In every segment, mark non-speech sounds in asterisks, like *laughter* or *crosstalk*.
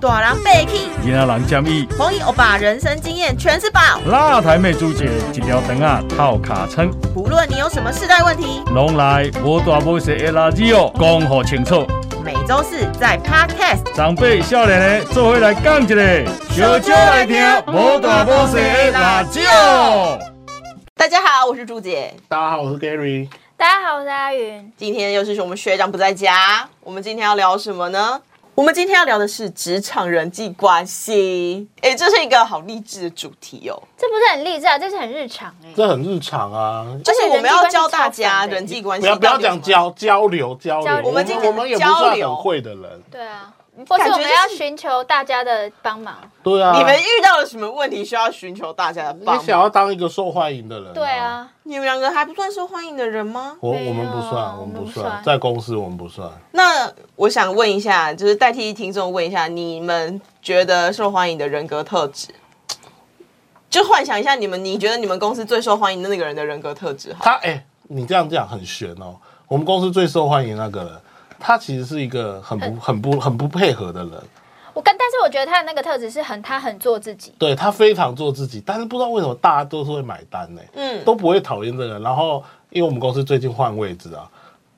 大人被气，囡仔人建议，红衣欧巴人生经验全是宝。辣台妹主姐一条肠啊套卡称，不论你有什么世代问题，拢来无大无小的垃圾哦，讲好清楚。每周四在 Podcast 长辈少年的做伙来讲一个，小少来听无大无小的辣椒。大家好，我是朱姐。大家好，我是 Gary。大家好，我是阿云。今天又是我们学长不在家，我们今天要聊什么呢？我们今天要聊的是职场人际关系。哎，这是一个好励志的主题哦。这不是很励志啊，这是很日常哎、这很日常啊，就是我们要教大家而且人人际关系不要不要到底有讲什么，交交流交流，交流我我们们今天我们也不交算流很会的人，对啊，或感是觉就我们是要寻求大家的帮忙。对啊，你们遇到了什么问题需要寻求大家的帮你忙？想要当一个受欢迎的人，对，啊，你们两个还不算受欢迎的人吗？我没有我们不算，我我们们不不算，算在公司我们不算，那我想问一下，就是代替听众问一下，你们觉得受欢迎的人格特质？就幻想一下，你们你觉得你们公司最受欢迎的那个人的人格特质好？他哎、你这样讲很悬哦。我们公司最受欢迎那个人，他其实是一个很不很不很不配合的人，我跟，但是我觉得他的那个特质是很，他很做自己。对他非常做自己，但是不知道为什么大家都是会买单呢、嗯，都不会讨厌这个人。然后，因为我们公司最近换位置啊，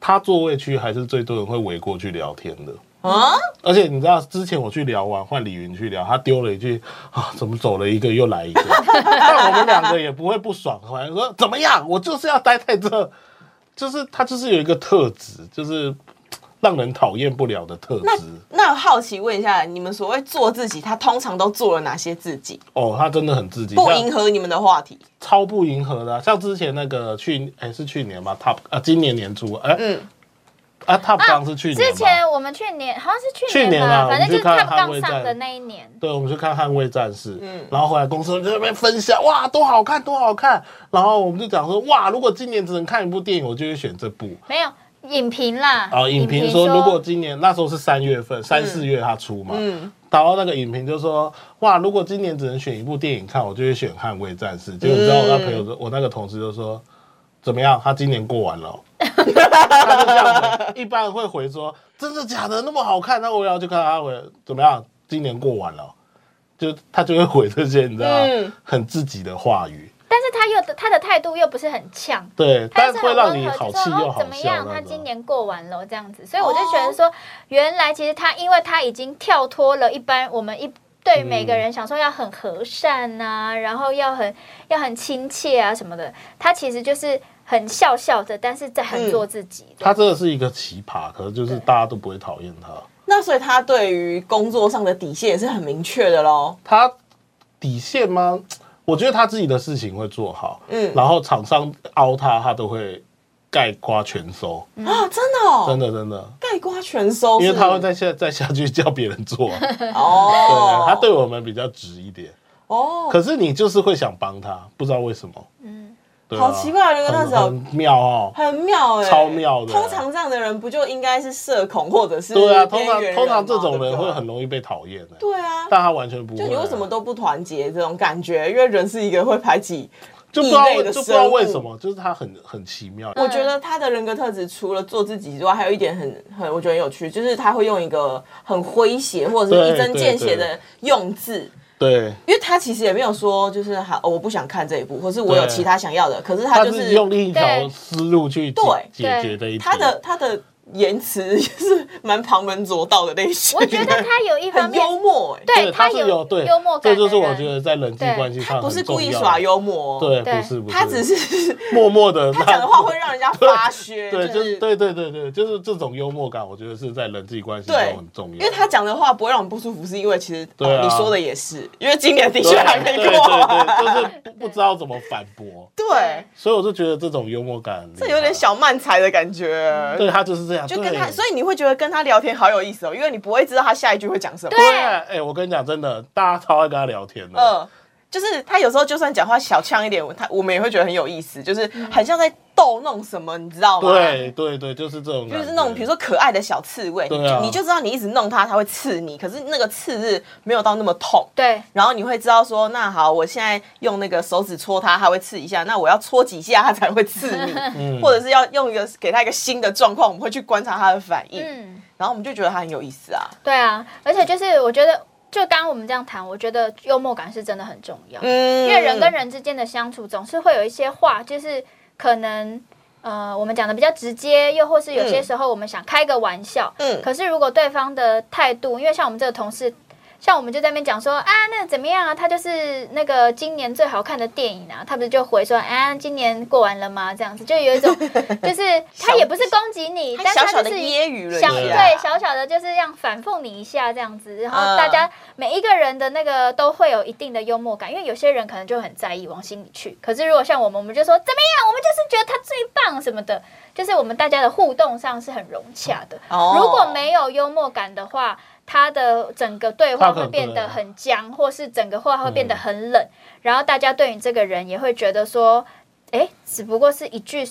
他座位区还是最多人会围过去聊天的。啊，而且你知道，之前我去聊完，换李云去聊，他丢了一句啊，怎么走了一个又来一个？ *laughs* 但我们两个也不会不爽，反正说怎么样，我就是要待在这，就是他就是有一个特质，就是嘖让人讨厌不了的特质。那好奇问一下，你们所谓做自己，他通常都做了哪些自己？哦，他真的很自己，不像迎合你们的话题，超不迎合的啊、像之前那个去哎、是去年吧，Top 啊，今年年初哎、嗯啊 Top 刚是去年吧之前我们去年好像是去去年吧，啊反正我们去就是看他捍们刚卫上战的那一年。对，我们去看《捍卫战士》，嗯然后回来公司就在那边分享，哇，多好看，多好看。然后我们就讲说，哇，如果今年只能看一部电影，我就会选这部。没有哦影评嗯啦，然后哦影评说，如果今年那时候是三月份，三四月它出嘛，嗯，然后那个影评就说，哇，如果今年只能选一部电影看，我就会选《捍卫战士》。结果你知道我那朋友说，我那个同事就说，怎么样？他今年过完了哦、他就这样回，一般人会回说，真的假的？那么好看？那我要去看他回怎么样？今年过完了哦，就他就会回这些，你知道吗？嗯很自己的话语，但是他又他的态度又不是很呛，对，他但就是会很让你温好和，就气说又哦好怎么笑样，那他种哦今。年过完了这样子，所以我就觉得说，原来其实他因为他已经跳脱了一般我们一。对于嗯每个人想说要很和善呐、然后要很要很亲切啊什么的，他其实就是很笑笑的，但是在很做自己嗯的。他真的是一个奇葩，可是就是大家都不会讨厌他。那所以他对于工作上的底线也是很明确的喽。他底线吗？我觉得他自己的事情会做好，嗯然后厂商凹他，他都会盖瓜全收，啊，真的哦，真的真的，盖瓜全收是，因为他会再下再下去叫别人做，啊哦对，，他对我们比较直一点，哦，可是你就是会想帮他，不知道为什么，嗯，对啊好奇怪，那个那很种很妙哦。很妙哎、超妙的通常这样的人不就应该是社恐或者是对啊，通边常缘人吗通常这种人对不对会很容易被讨厌的，对啊，但他完全不会就啊，你为什么都不团结这种感觉？因为人是一个会排挤。就不知道异类为的就不知道为生什物嗯么，就是他很很奇妙。嗯我觉得他的人格特质除了做自己之外，还有一点很很我觉得很有趣，就是他会用一个很诙谐或者是一针见血对的用字。对，因为他其实也没有说，就是好、哦我不想看这一部，或是我有对其他想要的。可是他他就是用另一条对思路去解对解决这一题。他的他的言辞就是蛮旁门左道的类型，我觉得他有一方很面，幽默、欸，对他他是有对幽默感这的人，就是我觉得在人际关系上不是很重故要意耍，幽默、哦，对，对不是不是，他只 *laughs* 是默默的他讲的话会让人家发噱，对，就就是是。对对对对，就是这种幽默感，我觉得是在人际关系中对很重要，因为他讲的话不会让我们不舒服，是因为其实、哦对啊你说的也是，因为今年的对确还没对过对啊，对，就是 *laughs* 不不知道怎么反驳，对，所以我就觉得这种幽默感很厉害这有点，小慢才的感觉，对他就是这样，就跟他，所以以。你会觉得跟他聊天好有意思哦，因为你不会知道他下一句会讲什么，对，哎、我跟你讲，真的，大家超爱跟他聊天的。嗯，就是他有时候就算讲话小呛一点，他我们也会觉得很有意思，就是很像在逗弄什么，你知道吗？，对对对，就是这种感就觉，是那种比如说可爱的小刺猬，对啊你就知道你一直弄它，它会刺你，可是那个刺是没有到那么痛。对然后你会知道说，那好，我现在用那个手指戳它，它会刺一下。那我要戳几下，它才会刺你， *laughs* 嗯或者是要用一个给它一个新的状况，我们会去观察它的反应。嗯。然后我们就觉得它很有意思啊。对啊，而且就是我觉得就刚刚我们这样谈，我觉得幽默感是真的很重要，嗯因为人跟人之间的相处总是会有一些话，就是可能。呃，我们讲的比较直接，又或是有些时候我们想开个玩笑，嗯可是如果对方的态度，因为像我们这个同事，像我们就在那边讲说啊，那怎么样啊？他就是那个今年最好看的电影啊，他不是就回说啊，今年过完了吗？这样子就有一种，就是他也不是攻击你，他但小他小就的是揶揄了一下，小对小小的，就是让反讽你一下这样子，然嗯后大家每一个人的那个都会有一定的幽默感，因为有些人可能就很在意往心里去，可是如果像我们，我们就说怎么样，我们就是觉得他最棒什么的，就是我们大家的互动上是很融洽的。哦如果没有幽默感的话，他的整个对话他可会能变得对很僵，或是整个话会变得嗯很冷，然后大家对你这个人也会觉得说，哎，只不过是一句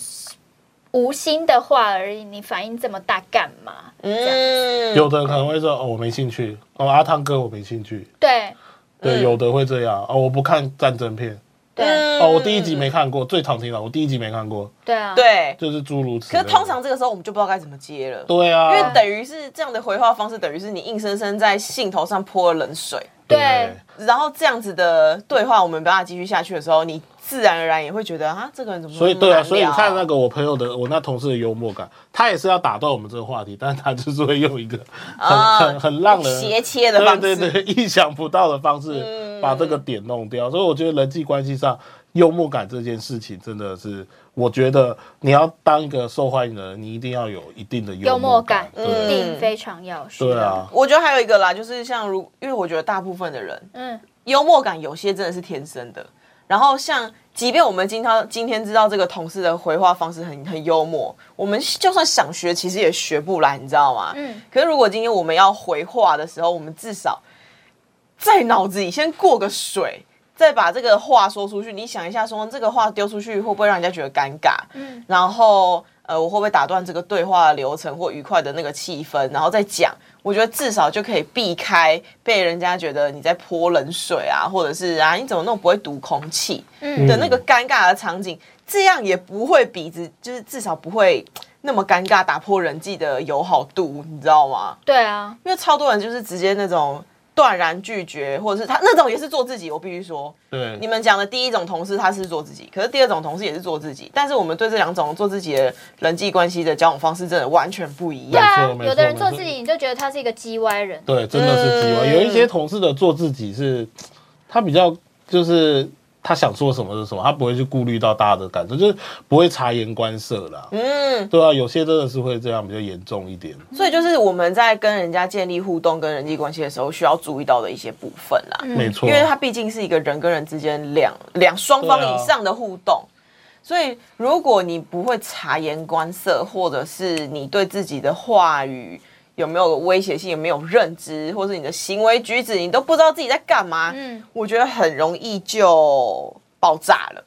无心的话而已，你反应这么大干嘛？嗯，有的可能会说哦我没兴趣，哦阿汤哥我没兴趣，对对，嗯有的会这样哦我不看战争片，对、哦嗯我第一集没看过，最常听到我第一集没看过，对啊，对。就是诸如此可是类的。通常这个时候我们就不知道该怎么接了，对因啊，为等于是这样的回话方式，等于是你硬生生在兴头上泼了冷水，对然后这样子的对话我们没办法继续下去的时候，你自然而然也会觉得啊，这个人怎么所以对啊，所以你看那个个我朋友的，我那同事的幽默感，他也是要打断我们这个话题，但是他就是会用一个很、啊很很让人斜切的方式，嗯对对对，意想不到的方式把这个点弄掉。所以我觉得人际关系上幽默感这件事情真的是，我觉得你要当一个受欢迎的人，你一定要有一定的幽默默感对、一嗯定非常要需要。对啊，，我觉得还有一个啦，就是像如，因为我觉得大部分的人嗯，幽默感有些真的是天生的。然后像，即便我们今天今天知道这个同事的回话方式很很幽默，我们就算想学，其实也学不来，你知道吗？嗯。可是如果今天我们要回话的时候，我们至少在脑子里先过个水。再把这个话说出去，你想一下说这个话丢出去会不会让人家觉得尴尬？嗯，然后呃，我会不会打断这个对话的流程或愉快的那个气氛，然后再讲？我觉得至少就可以避开被人家觉得你在泼冷水啊，或者是啊你怎么弄不会读空气嗯的那个尴尬的场景，这样也不会比之就是至少不会那么尴尬，打破人际的友好度，你知道吗？对啊，因为超多人就是直接那种断然拒绝，或者是他那种也是做自己，我必须说，对，嗯你们讲的第一种同事他是做自己，可是第二种同事也是做自己，但是我们对这两种做自己的人际关系的交往方式真的完全不一对样。啊没，错有的人没做错自己，你就觉得他是一个叽歪人。对，真的是机会。嗯有一些同事的做自己是，他比较就是他想说什么是什么，他不会去顾虑到大家的感受，就是不会察言观色啦。嗯，对啊，有些真的是会这样，比较严重一点。所以就是我们在跟人家建立互动、跟人际关系的时候，需要注意到的一些部分啦。嗯没因错，为它毕竟是一个人跟人之间两两双方以上的互动，所以如果你不会察言观色，或者是你对自己的话语有没有威胁性、有没有认知，或是你的行为举止，你都不知道自己在干嘛，嗯，我觉得很容易就爆炸了。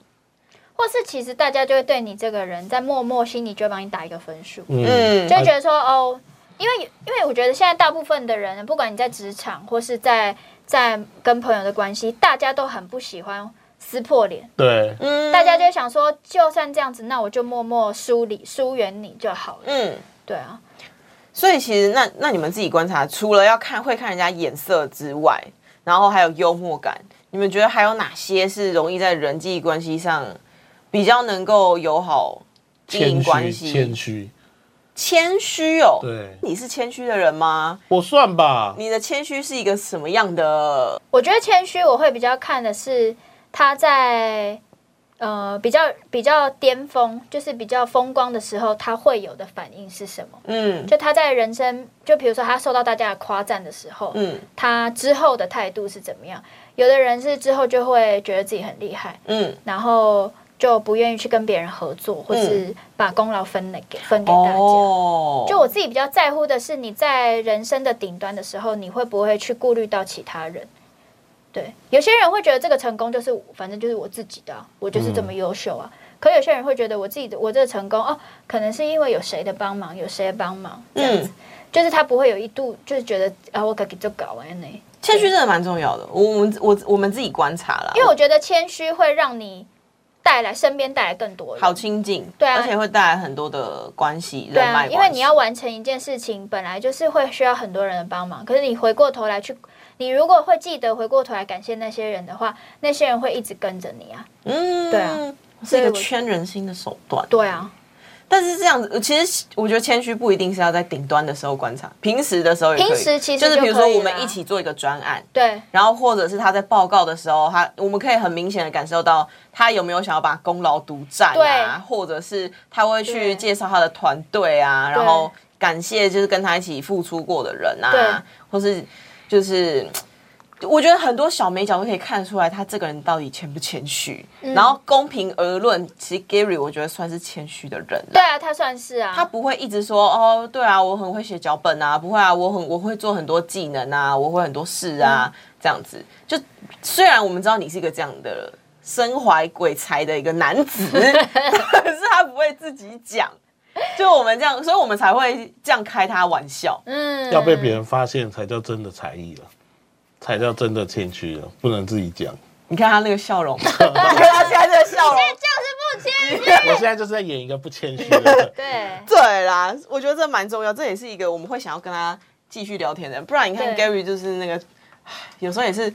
或是其实大家就会对你这个人在默默心里就会帮你打一个分数，嗯，嗯就，会觉得说哦，因为因为我觉得现在大部分的人，不管你在职场或是在在跟朋友的关系，大家都很不喜欢撕破脸，对，嗯大家就会想说，就算这样子，那我就默默疏离疏远你就好了。嗯。对啊，所以其实那那你们自己观察，除了要看会看人家眼色之外，然后还有幽默感，你们觉得还有哪些是容易在人际关系上比较能够友好经营谦关虚，系？谦虚，谦虚哦，对你是谦虚的人吗？我算吧。你的谦虚是一个什么样的？我觉得谦虚我会比较看的是他在呃比较比较巅峰，就是比较风光的时候，他会有的反应是什么？嗯就他在人生，就比如说他受到大家的夸赞的时候，嗯他之后的态度是怎么样？有的人是之后就会觉得自己很厉害，嗯，然后就不愿意去跟别人合作，或是把功劳分了给分给大家。嗯哦，就我自己比较在乎的是，你在人生的顶端的时候，你会不会去顾虑到其他人？对，有些人会觉得这个成功就是反正就是我自己的啊、我就是这么嗯优秀啊。可有些人会觉得我自己的我这个成功哦，可能是因为有谁的帮忙，有谁的帮忙这样子，嗯就是他不会有一度就是觉得啊，我自己就搞完呢。谦虚真的蛮重要的。我我我我们自己观察啦，因为我觉得谦虚会让你带来身边带来更多人。好亲近，对啊而且会带来很多的关系，对人啊，脉关系，因为你要完成一件事情，本来就是会需要很多人的帮忙。可是你回过头来去，你如果会记得回过头来感谢那些人的话，那些人会一直跟着你啊。嗯对啊，是一所以个我圈人心的手段。对啊，但是这样子，呃其实我觉得谦虚不一定是要在顶端的时候观察，平时的时候也可以平时其实就是就比如说可以我们啦一起做一个专案，对啊然后或者是他在报告的时候，他我们可以很明显的感受到他有没有想要把功劳独占啊，对或者是他会去对介绍他的团队啊，然后感谢就是跟他一起付出过的人啊，对或是就是。我觉得很多小美角都可以看得出来，他这个人到底谦不谦虚。嗯然后公平而论，其实 Gary 我觉得算是谦虚的人啦对啊，他算是啊，他不会一直说哦，对啊，我很会写脚本啊，不会啊，我很我会做很多技能啊，我会很多事啊，这样子。就虽然我们知道你是一个这样的身怀鬼才的一个男子， *laughs* 可是他不会自己讲。就我们这样，所以我们才会这样开他玩笑。嗯要被别人发现才叫真的才艺了，才叫真的谦虚了，不能自己 *laughs* 讲。你看他那个笑容， *laughs* 你看他现在这个笑容，就是不接。，我现在就是在演一个不谦虚 *laughs* 的对，对啦，我觉得这蛮重要，这也是一个我们会想要跟他继续聊天的人。不然你看对 Gary 就是那个，唉有时候也是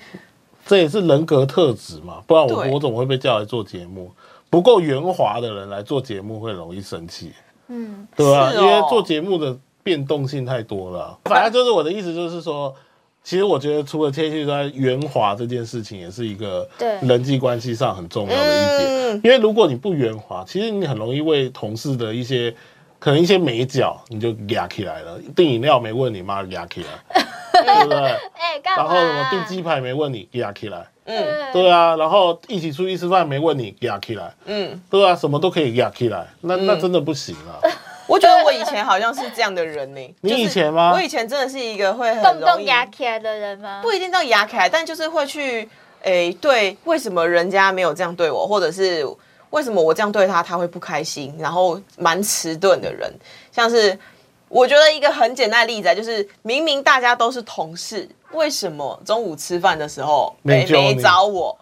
这也是人格特质嘛，不然我对我总会被叫来做节目。不够圆滑的人来做节目会容易生气，嗯，对吧、是因哦为做节目的变动性太多了。啊反正就是我的意思，就是说，其实我觉得除了谦虚之外，圆滑这件事情也是一个对人际关系上很重要的一点。嗯，因为如果你不圆滑，其实你很容易为同事的一些可能一些美角，你就压起来了。订饮料没问你妈压起来，对 *laughs* 不对？哎，干嘛？然后什么订鸡排没问你压起来，嗯，对啊。然后一起出去吃饭没问你压起来，嗯，对啊，什么都可以压起来，那那真的不行 *laughs* 啊。我觉得我以前好像是这样的人呢、 *laughs* 你就是以前吗我以前真的是一个会很动不容动易牙起来的人吗？不一定到牙开，但就是会去诶、对，为什么人家没有这样对我，或者是为什么我这样对他，他会不开心，然后蛮迟钝的人，像是我觉得一个很简单的例子啊，就是明明大家都是同事，为什么中午吃饭的时候没没揪没你找我？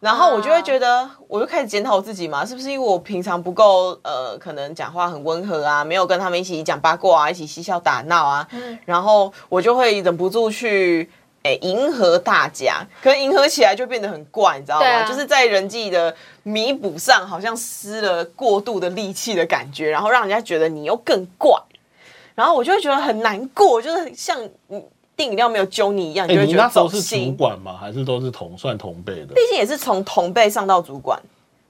然后我就会觉得，我就开始检讨自己嘛，是不是因为我平常不够呃，可能讲话很温和啊，没有跟他们一起讲八卦啊，一起嬉笑打闹啊，然后我就会忍不住去。诶迎合大家，可是迎合起来就变得很怪，你知道吗？对啊就是在人际的弥补上，好像施了过度的力气的感觉，然后让人家觉得你又更怪，然后我就会觉得很难过，就是像你订饮料没有揪你一样，哎、就会你觉那得时候走是主心。管吗？还是都是同算同辈的？毕竟也是从同辈上到主管，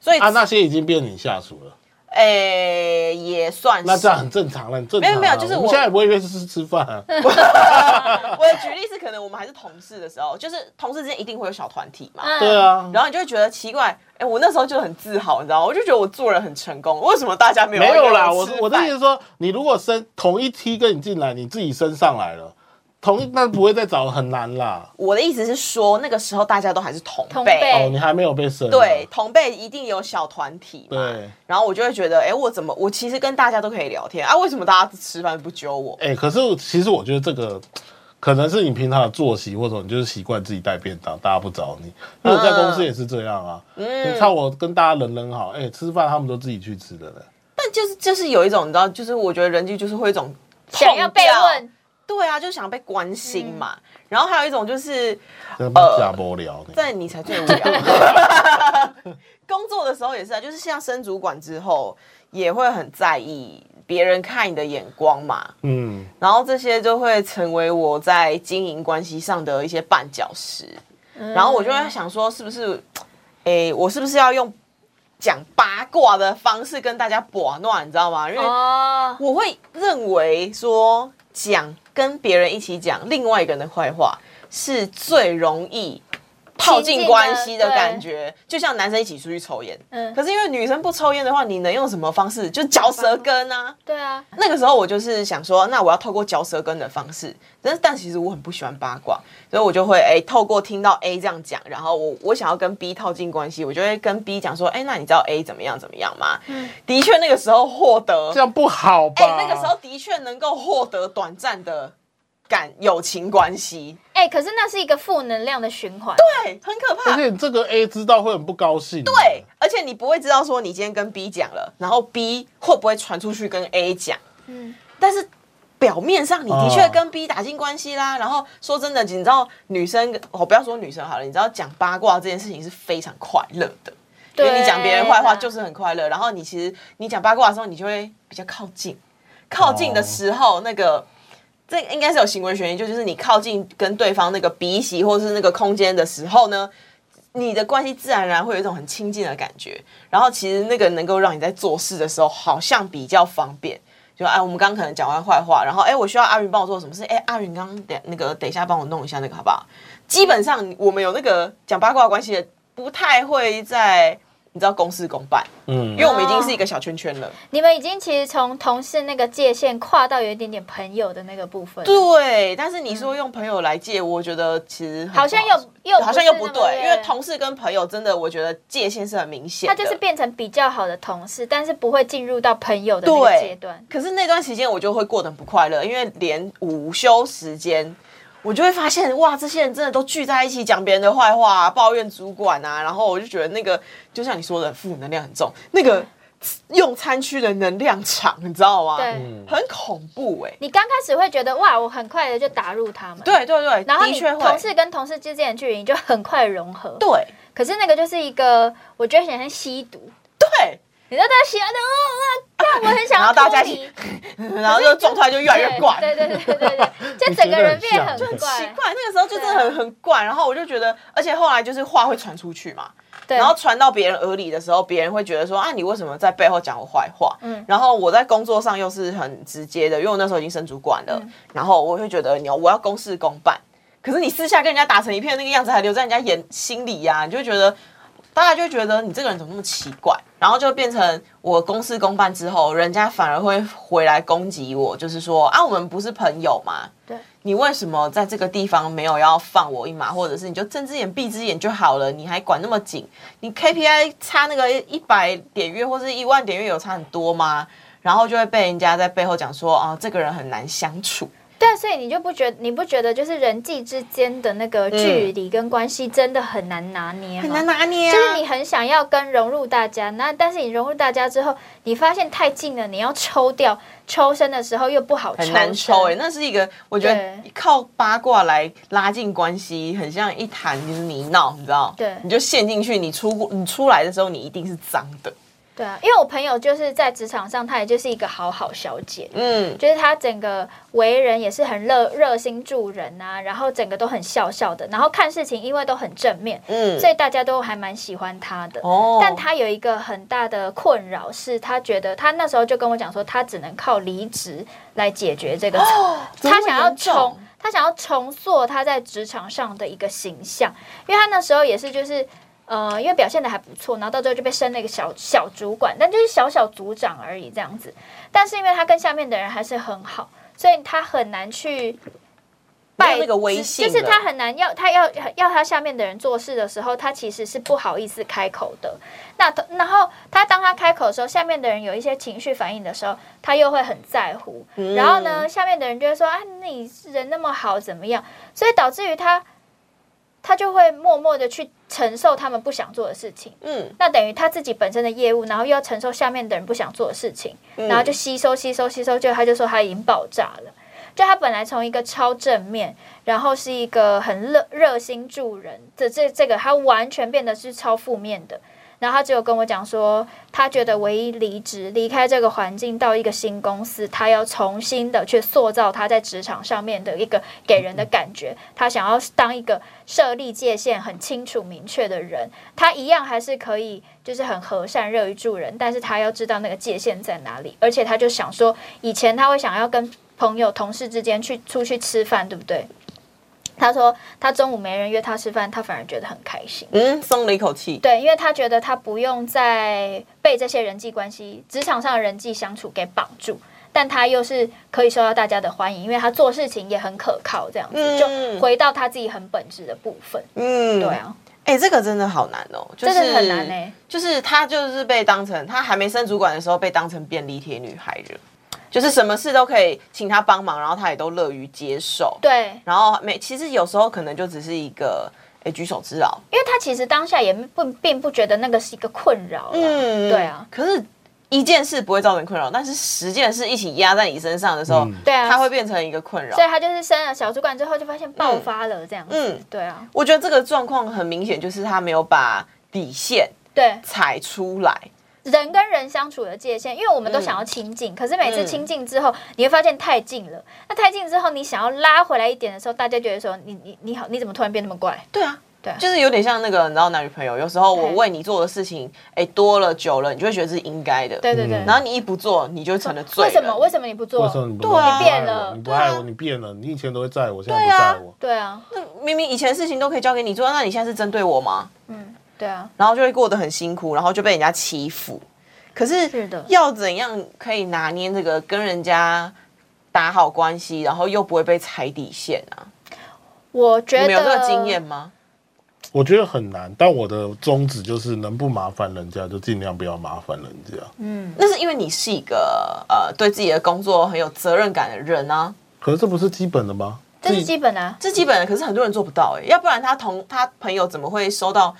所以啊，那些已经变你下属了，诶、也算是。那这样很正常了，很正常啊、没有没有就是我我们现在也不会约吃吃饭、 *laughs* 啊。我的举例是，可能我们还是同事的时候，就是同事之间一定会有小团体嘛。嗯对，啊，然后你就会觉得奇怪，哎、我那时候就很自豪，你知道吗？我就觉得我做人很成功，为什么大家没有 *laughs* 没有啦，约我吃我的饭意思是说，你如果升同一梯跟你进来，你自己升上来了，同一那不会再找很难啦。我的意思是说，那个时候大家都还是同同辈哦，你还没有被升哎啊。对，同辈一定有小团体嘛。对，然后我就会觉得，哎、我怎么我其实跟大家都可以聊天啊？为什么大家吃饭不揪我？哎、可是其实我觉得这个可能是你平常的作息，或者你就是习惯自己带便当，大家不找你。因为我在公司也是这样啊，嗯你看我跟大家人人好，哎、吃饭他们都自己去吃的呢。但就是就是有一种，你知道，就是我觉得人际就是会有一种想要被痛掉问，嗯对啊，就想被关心嘛。然后还有一种就是，真的假无聊呢。在你才最无聊。工作的时候也是啊， *laughs* 就是像升主管之后，也会很在意别人看你的眼光嘛。嗯，然后这些就会成为我在经营关系上的一些绊脚石。然后我就会想说，是不是，诶，我是不是要用讲八卦的方式跟大家把闹，你知道吗？因为哦，我会认为说讲跟别人一起讲另外一个人的坏话是最容易套进关系的感觉，就像男生一起出去抽烟，嗯可是因为女生不抽烟的话，你能用什么方式？就嚼舌根啊。对啊，那个时候我就是想说，那我要透过嚼舌根的方式，但是但其实我很不喜欢八卦，所以我就会哎、透过听到 A 这样讲，然后我我想要跟 B 套近关系，我就会跟 B 讲说，哎、那你知道 A 怎么样怎么样吗？嗯的确那个时候获得哎这样不好吧？哎、那个时候的确能够获得短暂的感友情关系，哎，可是那是一个负能量的循环。对，很可而怕。且这个 A 知道会很不高兴。对，，而且你不会知道说你今天跟 B 讲了，然后 B 会不会传出去跟 A 讲，嗯，但是表面上你的确哦跟 B 打进关系啦。然后说真的，你知道女生，我不要说女生好了，你知道讲八卦这件事情是非常快乐的。因为你讲别人坏话就是很快乐，然后你其实你讲八卦的时候，你就会比较靠近，靠近的时候，那个这应该是有行为学研究，就是你靠近跟对方那个鼻息或是那个空间的时候呢，你的关系自然而然会有一种很亲近的感觉，然后其实那个能够让你在做事的时候好像比较方便。就哎，我们刚刚可能讲完坏话，然后哎，我需要阿云帮我做什么事？哎，阿云刚刚等那个等一下帮我弄一下那个好不好？基本上我们有那个讲八卦的关系的，不太会在你知道公事公办，嗯因为我们已经是一个小圈圈了。你们已经其实从同事那个界限跨到有一点点朋友的那个部分，，对，但是你说用朋友来借，我觉得其实很不好像又又好像又不对，因为同同事跟朋友真的，我觉得界限是很明显他的。就是变成比较好的同事，但是不会进入到朋友的那个对阶段。可是那段时间我就会过得很不快乐，因为连午休时间，我就会发现哇，这些人真的都聚在一起讲别人的坏话、啊，抱怨主管啊，然后我就觉得那个就像你说的，负能量很重，那嗯个用餐区的能量场，你知道吗？对，很恐怖哎、你刚开始会觉得哇，我很快的就打入他们，，对对对，然后的你确会同事跟同事之间的距离你就很快融合，对可是那个就是一个，我觉得很像吸毒，对，你知道他吸完的，哦哇，看我很想然要后大脱家一离起， *laughs* 然后就状态就越来越怪，对对对对对对，就整个人变很就很奇怪，怪，那个时候就真的很很怪，然后我就觉得，而且后来就是话会传出去嘛，对，然后传到别人耳里的时候，别人会觉得说啊，你为什么在背后讲我坏话？嗯嗯，然后我在工作上又是很直接的，因为我那时候已经升主管了，然后我会觉得你要哦我要公事公办，可是你私下跟人家打成一片那个样子，还留在人家眼心里啊呀、你就会觉得。大家就会觉得你这个人怎么那么奇怪，然后就变成我公事公办之后，人家反而会回来攻击我，就是说啊，我们不是朋友嘛，对，你为什么在这个地方没有要放我一马，或者是你就睁只眼闭只眼就好了，你还管那么紧？你 KPI 差那个一百点月或是一万点月有差很多吗？然后就会被人家在背后讲说啊，这个人很难相处。对，所以你就不觉你不觉得就是人际之间的那个距离跟关系真的很难拿捏吗？嗯很难拿捏啊！就是你很想要跟融入大家，那但是你融入大家之后，你发现太近了，你要抽掉抽身的时候又不好抽很身，难抽哎、那是一个我觉得对靠八卦来拉近关系，很像一潭泥淖，你知道？对你就陷进去，你出你出来的时候，你一定是脏的。对啊，因为我朋友就是在职场上，她也就是一个好好小姐，嗯，就是她整个为人也是很热热心助人啊，然后整个都很笑笑的，然后看事情因为都很正面，嗯所以大家都还蛮喜欢她的。哦但她有一个很大的困扰是，她觉得她那时候就跟我讲说，她只能靠离职来解决这个，怎哦么她那么想要严重重，她想要重塑她在职场上的一个形象，因为她那时候也是就是。呃，因为表现的还不错，然后到最后就被升了一个小小主管，但就是小小组长而已这样子。但是因为他跟下面的人还是很好，所以他很难去没有那个威信就了，是他很难要他要要他下面的人做事的时候，他其实是不好意思开口的。那然后他当他开口的时候，下面的人有一些情绪反应的时候，他又会很在乎。嗯然后呢，下面的人就会说啊，你人那么好，怎么样？所以导致于他他就会默默的去承受他们不想做的事情。嗯，那等于他自己本身的业务，然后又要承受下面的人不想做的事情，然后就吸收吸收吸收，就他就说他已经爆炸了。就他本来从一个超正面，然后是一个很热热心助人的这这个，他完全变得是超负面的。然后他只有跟我讲说，他觉得唯一离职离开这个环境到一个新公司，他要重新的去塑造他在职场上面的一个给人的感觉。他想要当一个设立界限很清楚明确的人，他一样还是可以就是很和善、乐于助人，但是他要知道那个界限在哪里。而且他就想说，以前他会想要跟朋友、同事之间去出去吃饭，对不对？他说他中午没人约他吃饭，他反而觉得很开心。嗯，松了一口气。对，因为他觉得他不用再被这些人际关系、职场上的人际相处给绑住，但他又是可以受到大家的欢迎，因为他做事情也很可靠，这样子、嗯就回到他自己很本质的部分。嗯，对。啊，哎、这个真的好难哦，就是真的很难欸就是她就是被当成她还没升主管的时候被当成便利贴女孩了，就是什么事都可以请他帮忙，然后他也都乐于接受。对，然后每其实有时候可能就只是一个诶举手之劳，因为他其实当下也不并不觉得那个是一个困扰啦，嗯，对啊，可是一件事不会造成困扰，但是十件事一起压在你身上的时候，嗯对啊它会变成一个困扰所。以他就是生了小主管之后就发现爆发了这样子，嗯对啊，我觉得这个状况很明显，就是他没有把底线对，踩出来。人跟人相处的界限，因为我们都想要亲嗯近，可是每次亲近之后，你会发现太近了，那太近之后，你想要拉回来一点的时候，大家觉得说你你你好，你怎么突然变那么怪？对啊，对啊就是有点像那个，你知道，男女朋友有时候我对为你做的事情，哎，多了久了，你就会觉得是应该的。对对对，然后你一不做，你就成了罪为人。什么为什么你不做为什？么你不对啊你不爱变了我你不爱对我，啊你变了。你以前都会在我，现在不对啊在我。对啊，那明明以前事情都可以交给你做，那你现在是针对我吗？嗯，对啊，然后就会过得很辛苦，然后就被人家欺负。可是是的要怎样可以拿捏这个跟人家打好关系，然后又不会被踩底线啊？我觉你得们有这个经验吗？我觉得很难，但我的宗旨就是能不麻烦人家就尽量不要麻烦人家。嗯那是因为你是一个呃对自己的工作很有责任感的人啊，可是这不是基本的吗？这是自己基本啊，这基本的，可是很多人做不到哎、要不然他同他朋友怎么会收到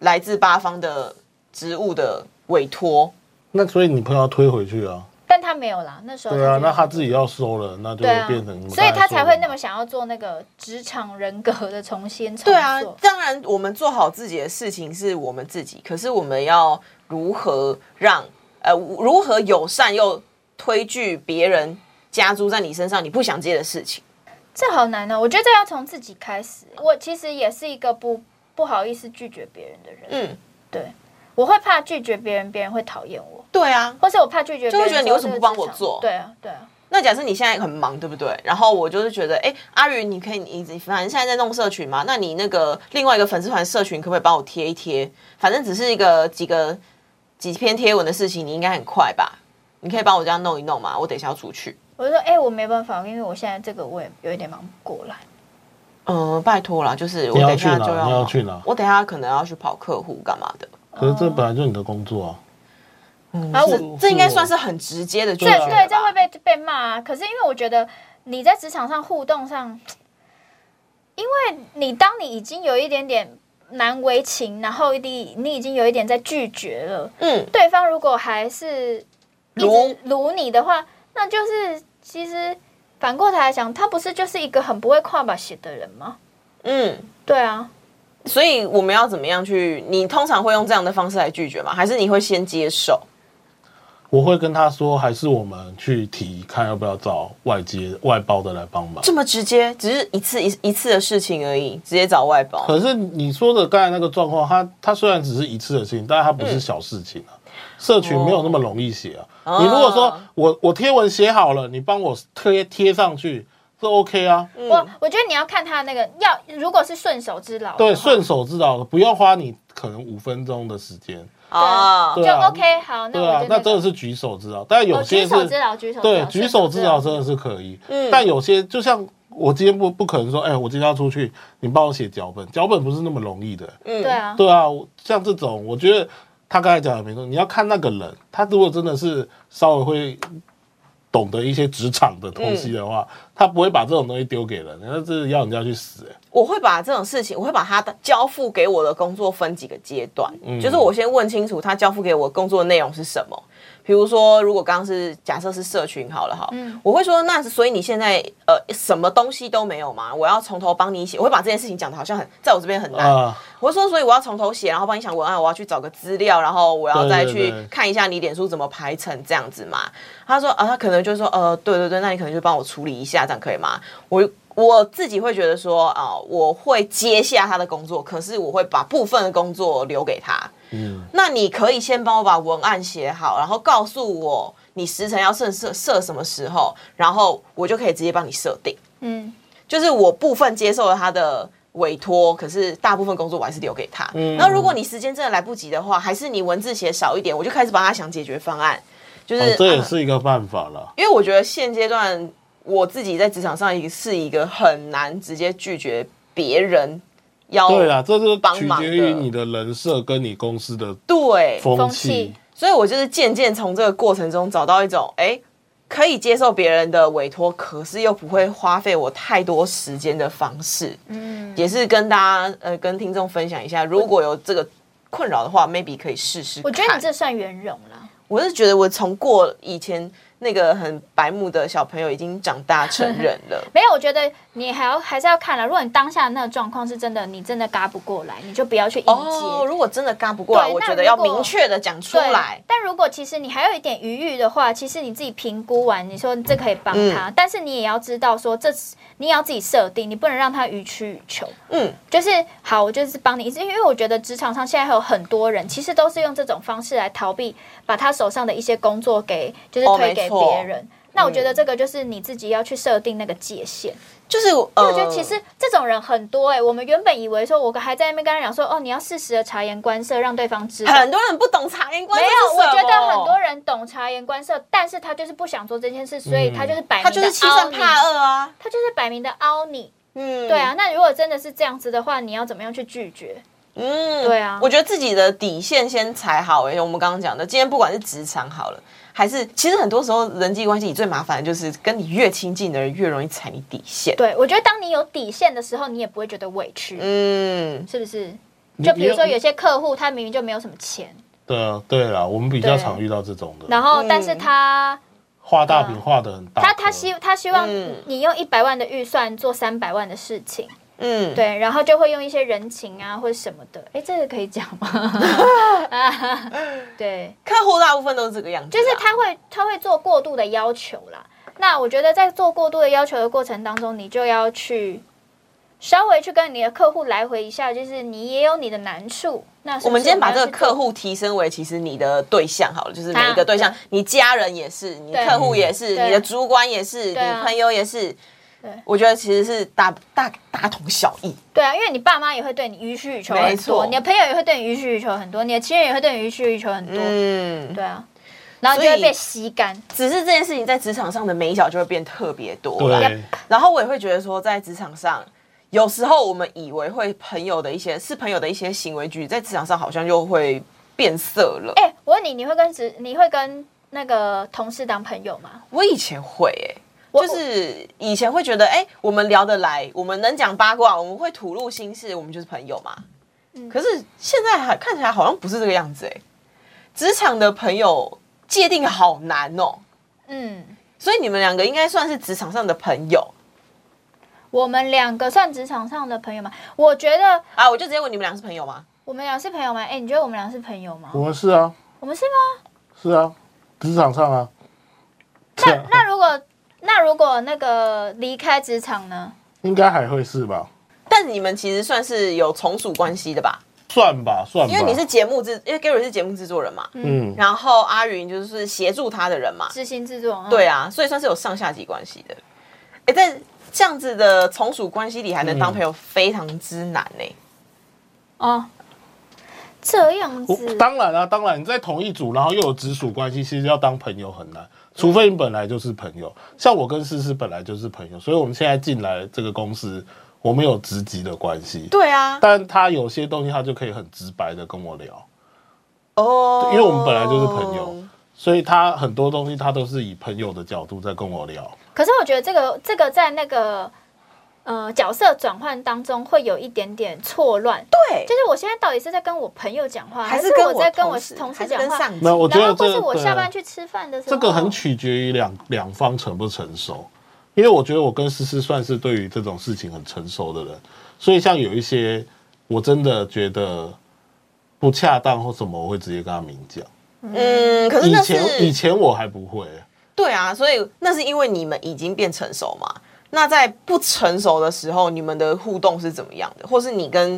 来自八方的职务的委托？那所以你朋友要推回去啊。但他没有啦，那时候对啊，就那他自己要收了，那就对啊会变成你，们所以刚他说才的会嘛那么想要做那个职场人格的重新重对啊塑，当然我们做好自己的事情是我们自己，可是我们要如何让呃如何友善又推拒别人加诸在你身上你不想接的事情？这好难哦呢、我觉得这要从自己开始。我其实也是一个不不好意思拒绝别人的人，嗯，对，我会怕拒绝别人，别人会讨厌我，对啊。或是我怕拒绝别人，就会觉得你为什么不帮我说这个职场做对啊，对啊，那假设你现在很忙，对不对？然后我就是觉得，哎、阿云，你可以，你你反正现在在弄社群嘛，那你那个另外一个粉丝团社群可不可以帮我贴一贴？反正只是一个几个几篇贴文的事情，你应该很快吧？你可以帮我这样弄一弄嘛？我等一下要出去。我就说，哎、我没办法，因为我现在这个我也有一点忙不过来。嗯、拜托啦，就是我你要等一下去哪就你要忙去哪我等一下可能要去跑客户干嘛的？可是这哦本来就是你的工作啊。然后这我这应该是我算嗯是啊很直接的拒这绝对这吧会被被骂、啊，可是因为我觉得你在职场上互动上，因为你当你已经有一点点难为情，然后你你已经有一点在拒绝了。嗯，对方如果还是一如直撸你的话，那就是其实反过头来想，他不是就是一个很不会跨把鞋的人吗？嗯。对啊，所以我们要怎么样去？你通常会用这样的方式来拒绝吗？还是你会先接受？我会跟他说，还是我们去提，看要不要找外接外包的来帮忙。这么直接，只是一次一一次的事情而已，直接找外包。可是你说的刚才那个状况，他他虽然只是一次的事情，但是他嗯不是小事情啊。社群没有那么容易写啊。哦你如果说我我贴文写好了，你帮我贴贴上去，这 OK 啊。我我觉得你要看他那个要，如果是顺手之劳的话，对，顺手知道，不要花你可能五分钟的时间。啊，对就啊 OK 好，那对嗯我啊就，那真的种是举手之劳，但有哦举些是手之劳，举手之对劳，举手之劳真的是是可以，嗯但有些就像我今天不不可能说，哎，我今天要出去，你帮我写脚本，脚本不是那么容易的，嗯对啊，对啊，我像这种，我觉得他刚才讲的没错，你要看那个人，他如果真的是稍微会懂得一些职场的东西的话，嗯他不会把这种东西丢给人，那这是要人家去死、哎我会把这种事情，我会把它的交付给我的工作分几个阶段，嗯就是我先问清楚他交付给我工作的内容是什么。比如说，如果刚刚是假设是社群好了哈，嗯我会说那所以你现在呃什么东西都没有吗？我要从头帮你写，我会把这件事情讲的好像很在我这边很哎难，啊、我是说，所以我要从头写，然后帮你想文案，我要去找个资料，然后我要再对对去对看一下你脸书怎么排成这样子嘛。他说啊，他可能就说呃，对对对，那你可能就帮我处理一下，这样可以吗？我我自己会觉得说啊、我会接下他的工作，可是我会把部分的工作留给他。嗯，那你可以先帮我把文案写好，然后告诉我你时辰要设设设什么时候，然后我就可以直接帮你设定。嗯，就是我部分接受了他的委托，可是大部分工作我还是留给他。嗯那如果你时间真的来不及的话，还是你文字写少一点，我就开始帮他想解决方案。就是、哦这也啊是一个办法了。因为我觉得现阶段我自己在职场上也是一个很难直接拒绝别人要对啊，这就是帮取忙决于的你的人设跟你公司的对风风气气。所以我就是渐渐从这个过程中找到一种哎。诶可以接受别人的委托，可是又不会花费我太多时间的方式。嗯，也是跟大家呃跟听众分享一下，如果有这个困扰的话，maybe 可以试试看。我觉得你这算圆融了。我是觉得我从过以前那个很白目的小朋友，已经长大成人了 *laughs* 。没有，我觉得你还要还是要看了。如果你当下那个状况是真的，你真的嘎不过来，你就不要去迎接。哦，如果真的嘎不过来，对我那觉得要如果明确的讲出对来。但如果其实你还有一点余裕的话，其实你自己评估完，你说这可以帮嗯他，但是你也要知道说这是你也要自己设定，你不能让他予取予求。嗯，就是好，我就是帮你，因为我觉得职场上现在还有很多人其实都是用这种方式来逃避，把他手上的一些工作给就是哦推没给错嗯别人。那我觉得这个就是你自己要去设定那个界限。就是因呃，为我觉得其实这种人很多哎、我们原本以为说，我还在那边跟他讲说，哦，你要适时的察言观色，让对方知道。很多人不懂察言观没色有，是我什么，觉得很多人懂察言观色，但是他就是不想做这件事，所以他就是摆明他的就是欺善怕恶啊。他就是摆明的凹你。嗯，哦对啊，，那如果真的是这样子的话，你要怎么样去拒绝？嗯，对啊我觉得自己的底线先踩好、欸。我们刚刚讲的，今天不管是职场好了，还是其实很多时候人际关系，你最麻烦的就是跟你越亲近的人越容易踩你底线。对，我觉得当你有底线的时候，你也不会觉得委屈，嗯，是不是？你就比如说有你些客户，他明明就没有什么钱，对啊，对啦，我们比较对常遇到这种的，然后嗯但是他画大饼画的很大颗，他他希他希望嗯你用一百万的预算做三百万的事情，嗯，对，然后就会用一些人情啊或者什么的，哎，这个可以讲吗？ *laughs* 对，客户大部分都是这个样子啊就啦，是他会他会做过度的要求啦。那我觉得在做过度的要求的过程当中，你就要去稍微去跟你的客户来回一下，就是你也有你的难处。那是不是我们今天把这个客要去户提升为其实你的对象好了，就是每一个对象啊，你家人也是，你对客户也是，对你的主管也是，你对啊朋友也是对。我觉得其实是大大大同小异，做对啊，因为你爸妈也会对你予取予求很没多，错你的朋友也会对你予取予求很多，你的亲人也会对你予取予求很多，嗯，对啊，然后你就所会以被吸干。只是这件事情在职场上的美小就会变特别多啦。对，然后我也会觉得说，在职场上，有时候我们以为会朋友的一些是朋友的一些行为举止，在职场上好像又会变色了。哎、我问你，你会跟职你会跟那个同事当朋友吗？我以前会、欸，我就是以前会觉得，哎、我们聊得来，我们能讲八卦，我们会吐露心事，我们就是朋友嘛。可是现在还看起来好像不是这个样子、欸，哎，职场的朋友界定好难哦、嗯，所以你们两个应该算是职场上的朋友我们两个算职场上的朋友吗？我觉得啊！我就直接问你们俩是朋友吗？我们俩是朋友吗？哎、你觉得我们俩是朋友吗？我们是啊，我们是吗？是啊，职场上啊，对那啊那如果那如果那个离开职场呢？应该还会是吧？但你们其实算是有从属关系的吧？算吧，算吧，因为你是节目制，因为 Gary 是节目制作人嘛，嗯，然后阿云就是协助他的人嘛，执行制作，嗯对，啊，所以算是有上下级关系的。哎，在这样子的从属关系里还能嗯当朋友，非常之难呢、哦，这样我哦子，当然啊，当然你在同一组，然后又有直属关系，其实要当朋友很难，除非你本来就是朋友。像我跟思思本来就是朋友，所以我们现在进来这个公司，我们有直级的关系。对啊，但他有些东西他就可以很直白的跟我聊，哦因为我们本来就是朋友。所以他很多东西他都是以朋友的角度在跟我聊。可是我觉得这个这个在那个呃角色转换当中会有一点点错乱，对就，是我现在到底是在跟我朋友讲话，还是是跟我在跟我事同还事是讲跟话？上级那我觉然得后这或是我对啊下班去吃饭的时候，这啊个很取决于两两方成不成熟，因为我觉得我跟思思算是对于这种事情很成熟的人，所以像有一些我真的觉得不恰当或什么，我会直接跟他明讲。嗯，可是以那是前以前我还不会，对啊，所以那是因为你们已经变成熟嘛。那在不成熟的时候，你们的互动是怎么样的？或是你跟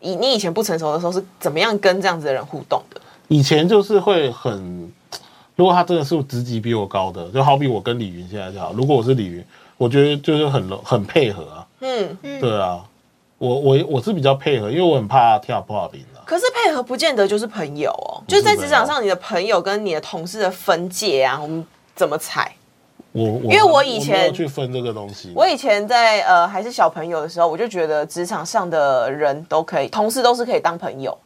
以你以前不成熟的时候是怎么样跟这样子的人互动的？以前就是会很，如果他真的是职级比我高的，就好比我跟李云现在就好，如果我是李云，我觉得就是很很配合啊，嗯，对啊，我我我是比较配合，因为我很怕他跳不好饼啊。可是配合不见得就是朋友哦，就是在职场上，你的朋友跟你的同事的分界啊，我们怎么踩？我我因为我以没有前去分这个东西，我以前在呃还是小朋友的时候，我就觉得职场上的人都可以，同事都是可以当朋友。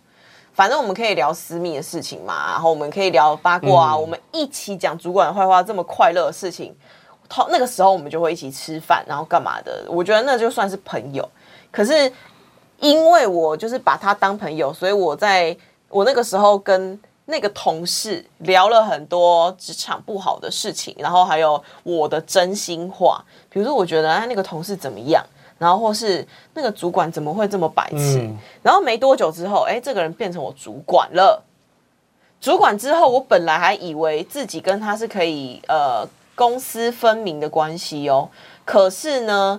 反正我们可以聊私密的事情嘛，然后我们可以聊八卦啊，我们一起讲主管的坏话，这么快乐的事情，通那个时候我们就会一起吃饭，然后干嘛的？我觉得那就算是朋友。可是因为我就是把他当朋友，所以我在我那个时候跟那个同事聊了很多职场不好的事情，然后还有我的真心话，比如说我觉得哎那个同事怎么样，然后或是那个主管怎么会这么白痴，嗯然后没多久之后，哎，这个人变成我主管了。主管之后，我本来还以为自己跟他是可以呃公私分明的关系哦，可是呢，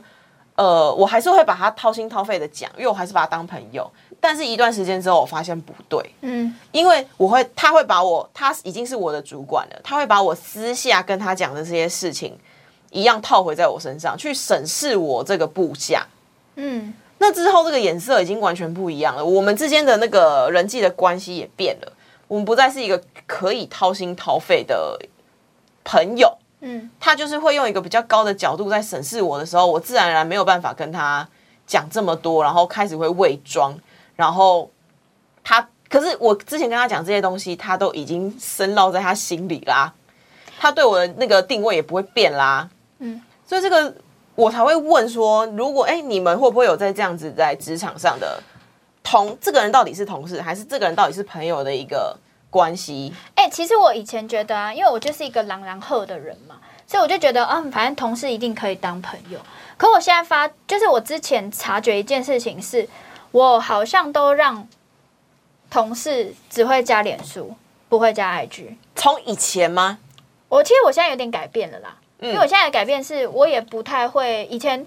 呃，我还是会把他掏心掏肺的讲，因为我还是把他当朋友。但是一段时间之后，我发现不对，嗯，因为我会，他会把我，他已经是我的主管了，他会把我私下跟他讲的这些事情，一样套回在我身上，去审视我这个部下。嗯，那之后，这个颜色已经完全不一样了，我们之间的那个人际的关系也变了，我们不再是一个可以掏心掏肺的朋友，嗯，他就是会用一个比较高的角度在审视我的时候，我自然而然没有办法跟他讲这么多，然后开始会伪装，然后他可是我之前跟他讲这些东西，他都已经深烙在他心里啦，他对我的那个定位也不会变啦，嗯嗯，所以这个我才会问说，如果哎、你们会不会有在这样子在职场上的同这个人到底是同事，还是这个人到底是朋友的一个关系？哎、其实我以前觉得啊，因为我就是一个朗朗后的人嘛，所以我就觉得，啊，反正同事一定可以当朋友。可我现在发，就是我之前察觉一件事情是，我好像都让同事只会加脸书，不会加 IG。从以前吗？我其实我现在有点改变了啦，嗯因为我现在的改变是我也不太会以前。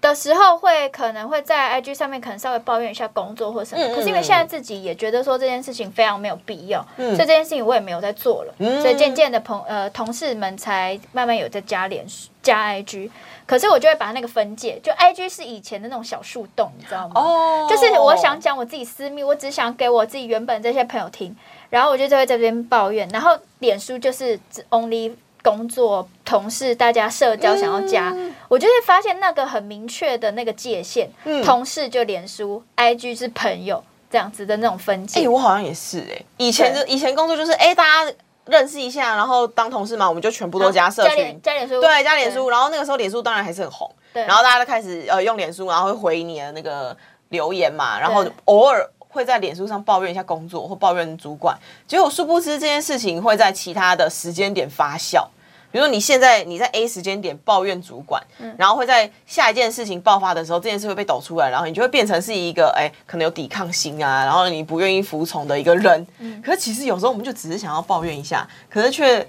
的时候会可能会在 IG 上面可能稍微抱怨一下工作或什么，嗯嗯可是因为现在自己也觉得说这件事情非常没有必要，嗯所以这件事情我也没有在做了，嗯所以渐渐的朋呃同事们才慢慢有在加脸书加 IG，可是我就会把那个分界，就 IG 是以前的那种小树洞，你知道吗？哦就是我想讲我自己私密，我只想给我自己原本这些朋友听，然后我就在这边抱怨，然后脸书就是只 only 工作、同事、大家社交想要加，嗯我就会发现那个很明确的那个界限，嗯同事就脸书，IG 是朋友这样子的那种分哎、界。我好像也是哎、以前就以前工作就是哎、大家认识一下，然后当同事嘛，我们就全部都加社啊加群脸，加脸书，嗯对，加脸书。对，然后那个时候脸书当然还是很红，对然后大家都开始呃用脸书，然后会回你的那个留言嘛，然后对偶尔会在脸书上抱怨一下工作或抱怨主管，结果殊不知这件事情会在其他的时间点发酵。比如说你现在你在 A 时间点抱怨主管，嗯然后会在下一件事情爆发的时候，这件事会被抖出来，然后你就会变成是一个哎、可能有抵抗心啊，然后你不愿意服从的一个人。嗯可是其实有时候我们就只是想要抱怨一下，可是却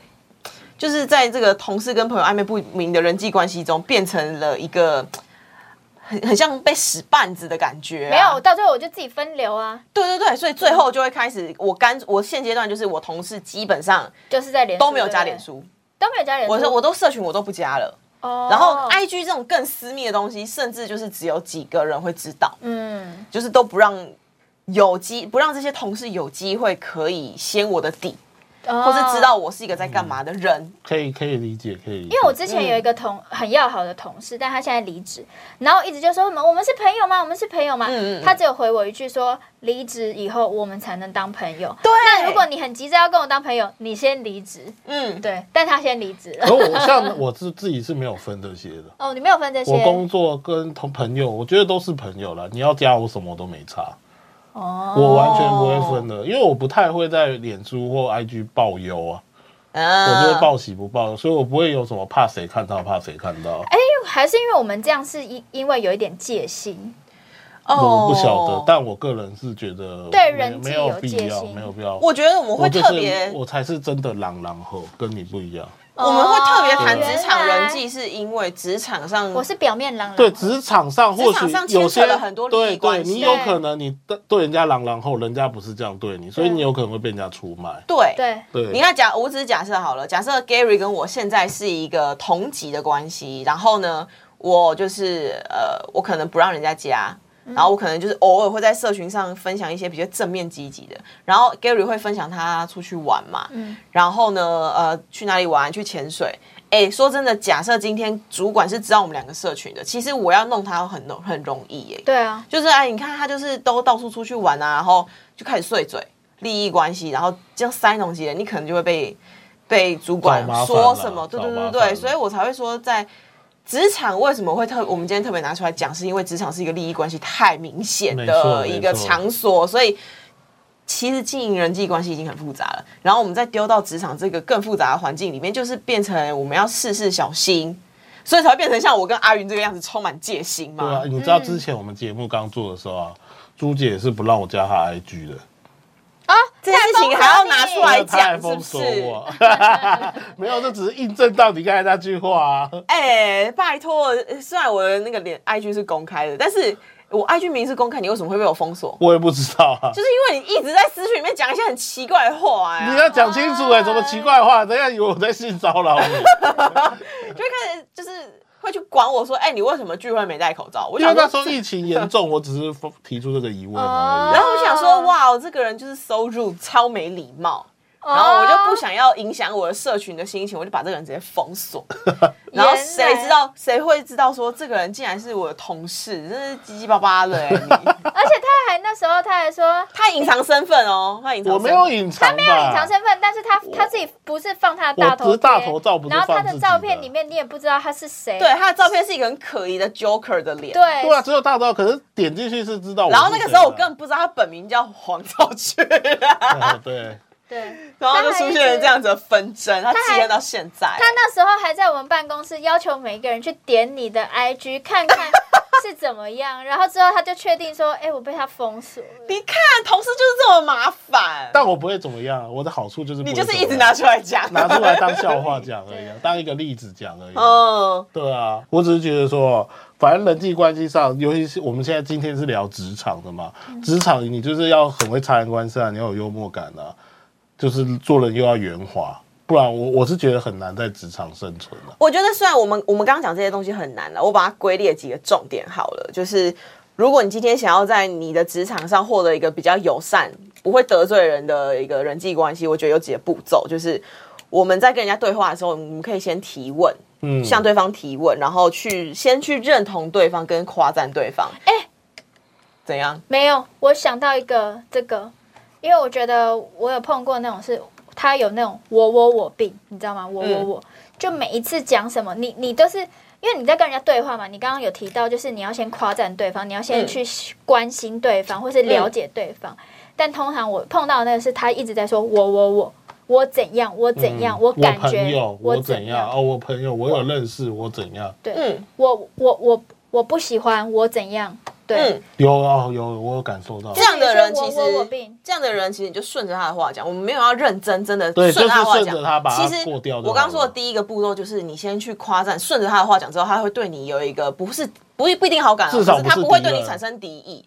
就是在这个同事跟朋友暧昧不明的人际关系中，变成了一个很很像被使绊子的感觉啊、没有，到最后我就自己分流啊，对对对，所以最后就会开始，我干我现阶段就是我同事基本上就是在脸书都没有加脸，对书，不对都没有加脸书。我说我都社群我都不加了，哦，然后哎 I G 这种更私密的东西，甚至就是只有几个人会知道，嗯，就是都不让有机不让这些同事有机会可以掀我的底，或或是哦知道我是一个在干嘛的人。可以可以理解，可以理解。因为我之前有一个同、很要好的同事，但他现在离职，然后一直就说我们我们是朋友吗？我们是朋友吗？嗯嗯嗯他只有回我一句说离职以后我们才能当朋友。对那如果你很急着要跟我当朋友，你先离 *laughs* 职。嗯，对，但他先离职了。可我像我是自己是没有分这些的，嗯哦，你没有分这些我工作跟同朋友，我觉得都是朋友啦。你要加我什么我都没差，哦，我完全不会分的，因为我不太会在脸书或 IG 报忧啊，嗯我啊就会报喜不报忧，所以我不会有什么怕谁看到怕谁看到。还是因为我们这样是因因为有一点戒心。哦我不晓哦得，但我个人是觉得对没人际没有有必戒要，心没有必要。我觉得我们会就特是别，我才是真的朗朗后，跟你不一样。我们会特别谈哦职场人，原际，是因为职场上来我是表面朗朗。对，职场上或许嗯职场上有牵扯些了很多利益对对，关系你有可能你对对人家朗朗后，人家不是这样对你，所以对你有可能会被人家出卖。对。对，对，你看假，我只是假设好了，假设 Gary 跟我现在是一个同级的关系，然后呢，我就是呃，我可能不让人家加。然后我可能就是偶尔会在社群上分享一些比较正面积极的，然后 Gary 会分享他出去玩嘛，然后呢，呃，去哪里玩，去潜水，哎、说真的，假设今天主管是知道我们两个社群的，其实我要弄他很容很容易耶、对啊，就是哎，你看他就是都到处出去玩啊，然后就开始碎嘴，利益关系，然后这样塞农几人，你可能就会被被主管找麻烦说了什么，对找对对麻对，啊烦了所以我才会说在。职场为什么会特？我们今天特别拿出来讲，是因为职场是一个利益关系太明显没错的没一个错场所，所以其实经营人际关系已经很复杂了。然后我们再丢到职场这个更复杂的环境里面，就是变成我们要事事小心，所以才会变成像我跟阿云这个样子，充满戒心嘛。对啊，你知道之前我们节目刚做的时候啊，朱姐是不让我加她 IG 的，啊，这件事情还要拿出来她还讲，是封不锁是？我， *laughs* 没有，这只是印证到你刚才那句话啊。哎、拜托，虽然我的那个脸 IG 是公开的，但是我 IG 名是公开，你为什么会被我封锁？我也不知道啊就，是因为你一直在私讯里面讲一些很奇怪的话呀、你要讲清楚哎，什么奇怪话？等一下以为我在性骚扰你，就会开始就是会去管我说，哎、你为什么聚会没戴口罩？我因为想那说时候疫情严重，我只是提出这个疑问哦而已啊然。后我想说，哇，这个人就是 so rude，超没礼貌。然后我就不想要影响我的社群的心情，我就把这个人直接封 *laughs* 锁。然后谁知道谁会知道说这个人竟然是我的同事，真是七七八八的、欸 *laughs* 你。哦而且他还那时候他还说。他隐藏身份哦，他隐藏我身没份有隐藏吧，他没没有隐藏身份，但是他他自己不是放他的大头我只贴，是大头照不是然后他放自己的照片里面你也不知道他是谁，对，他的照片是一个很可疑的 Joker 的脸。。对对啊，只有大招，可是点进去是知道我然是谁的啊。后那个时候我根本不知道他本名叫黄兆俊， *laughs* 啊嗯对，对然后就出现了这样子的纷争，他积怨到现在。他那时候还在我们办公室要求每一个人去点你的 IG 看看是怎么样，然后之后他就确定说，哎、我被他封锁了。你看，同事就是这么麻烦，但我不会怎么样，啊我的好处就是不你会就是一怎直么样拿出来讲， *laughs* 拿出来当笑话讲而已啊，当一个例子讲而已啊。 *laughs* 嗯，对啊，我只是觉得说，反正人际关系上，尤其是我们现在今天是聊职场的嘛，嗯职场你就是要很会察言观色啊，你要有幽默感啊，就是做人又要圆滑，不然我我是觉得很难在职场生存啊的、我觉得虽然我们我们刚刚讲这些东西很难了，我把它归列几个重点好了，就是如果你今天想要在你的职场上获得一个比较友善、不会得罪人的一个人际关系，我觉得有几个步骤，就是我们在跟人家对话的时候，我们可以先提问。嗯，向对方提问，然后去先去认同对方跟夸赞对方。哎、怎样？没有，我想到一个这个，因为我觉得我有碰过那种是，他有那种我我我病，你知道吗？我我嗯我，就每一次讲什么，你你都是。因为你在跟人家对话嘛，你刚刚有提到，就是你要先夸赞对方，你要先嗯去关心对方，或是了解对方。但通常我碰到的那个是他一直在说我我我我怎样我怎样，嗯我感觉朋友我怎样样，哦，我朋友我有认识我怎样，对，嗯我我我我不喜欢我怎样，对，嗯，有哦有我有感受到这，样的人其实我我我病这样的人其实你就顺着他的话讲，我们没有要认真真的对顺着他的话就是顺讲。着他把它其实过掉就好了我刚刚说的第一个步骤就是你先去夸赞，顺着他的话讲之后，他会对你有一个不是不不一定好感哦，至少可是他不是不会敌对你人产生敌意。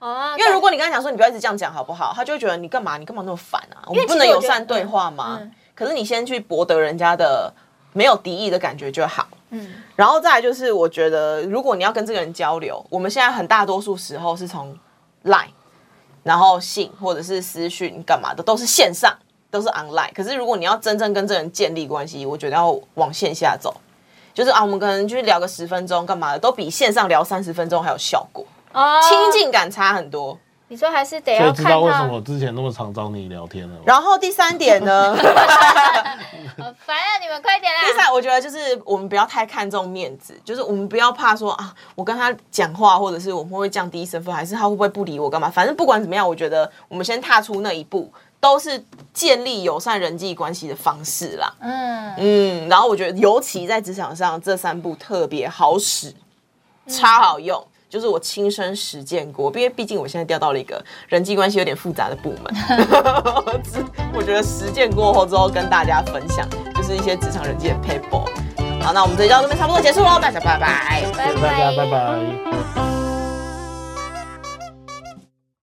啊，因为如果你跟他讲说你不要一直这样讲好不好，他就会觉得你干嘛你干嘛那么烦啊？我们为其不实能我觉友得善对话吗？嗯嗯可是你先去博得人家的没有敌意的感觉就好。嗯然后再来就是，我觉得如果你要跟这个人交流，我们现在很大多数时候是从 Line，然后信或者是私讯干嘛的，都是线上，都是 online。可是如果你要真正跟这个人建立关系，我觉得要往线下走，就是啊，我们可能去聊个十分钟干嘛的，都比线上聊三十分钟还有效果，哦，亲近感差很多。你说还是得所以要知看道为什么到我，之前那么常找你聊天了吗。然后第三点呢， *laughs* 好烦啊！你们快点啦！第三，我觉得就是我们不要太看重面子，就是我们不要怕说啊，我跟他讲话，或者是我们会不会降低身份，还是他会不会不理我干嘛？反正不管怎么样，我觉得我们先踏出那一步，都是建立友善人际关系的方式啦。嗯，嗯，然后我觉得尤其在职场上，这三步特别好使，超好用。就是我亲身实践过，因为毕竟我现在调到了一个人际关系有点复杂的部门， *laughs* 我觉得实践过后之后跟大家分享，就是一些职场人际的 paper。好，那我们这一集到这边差不多结束喽，大家拜拜。拜谢谢大家，拜拜。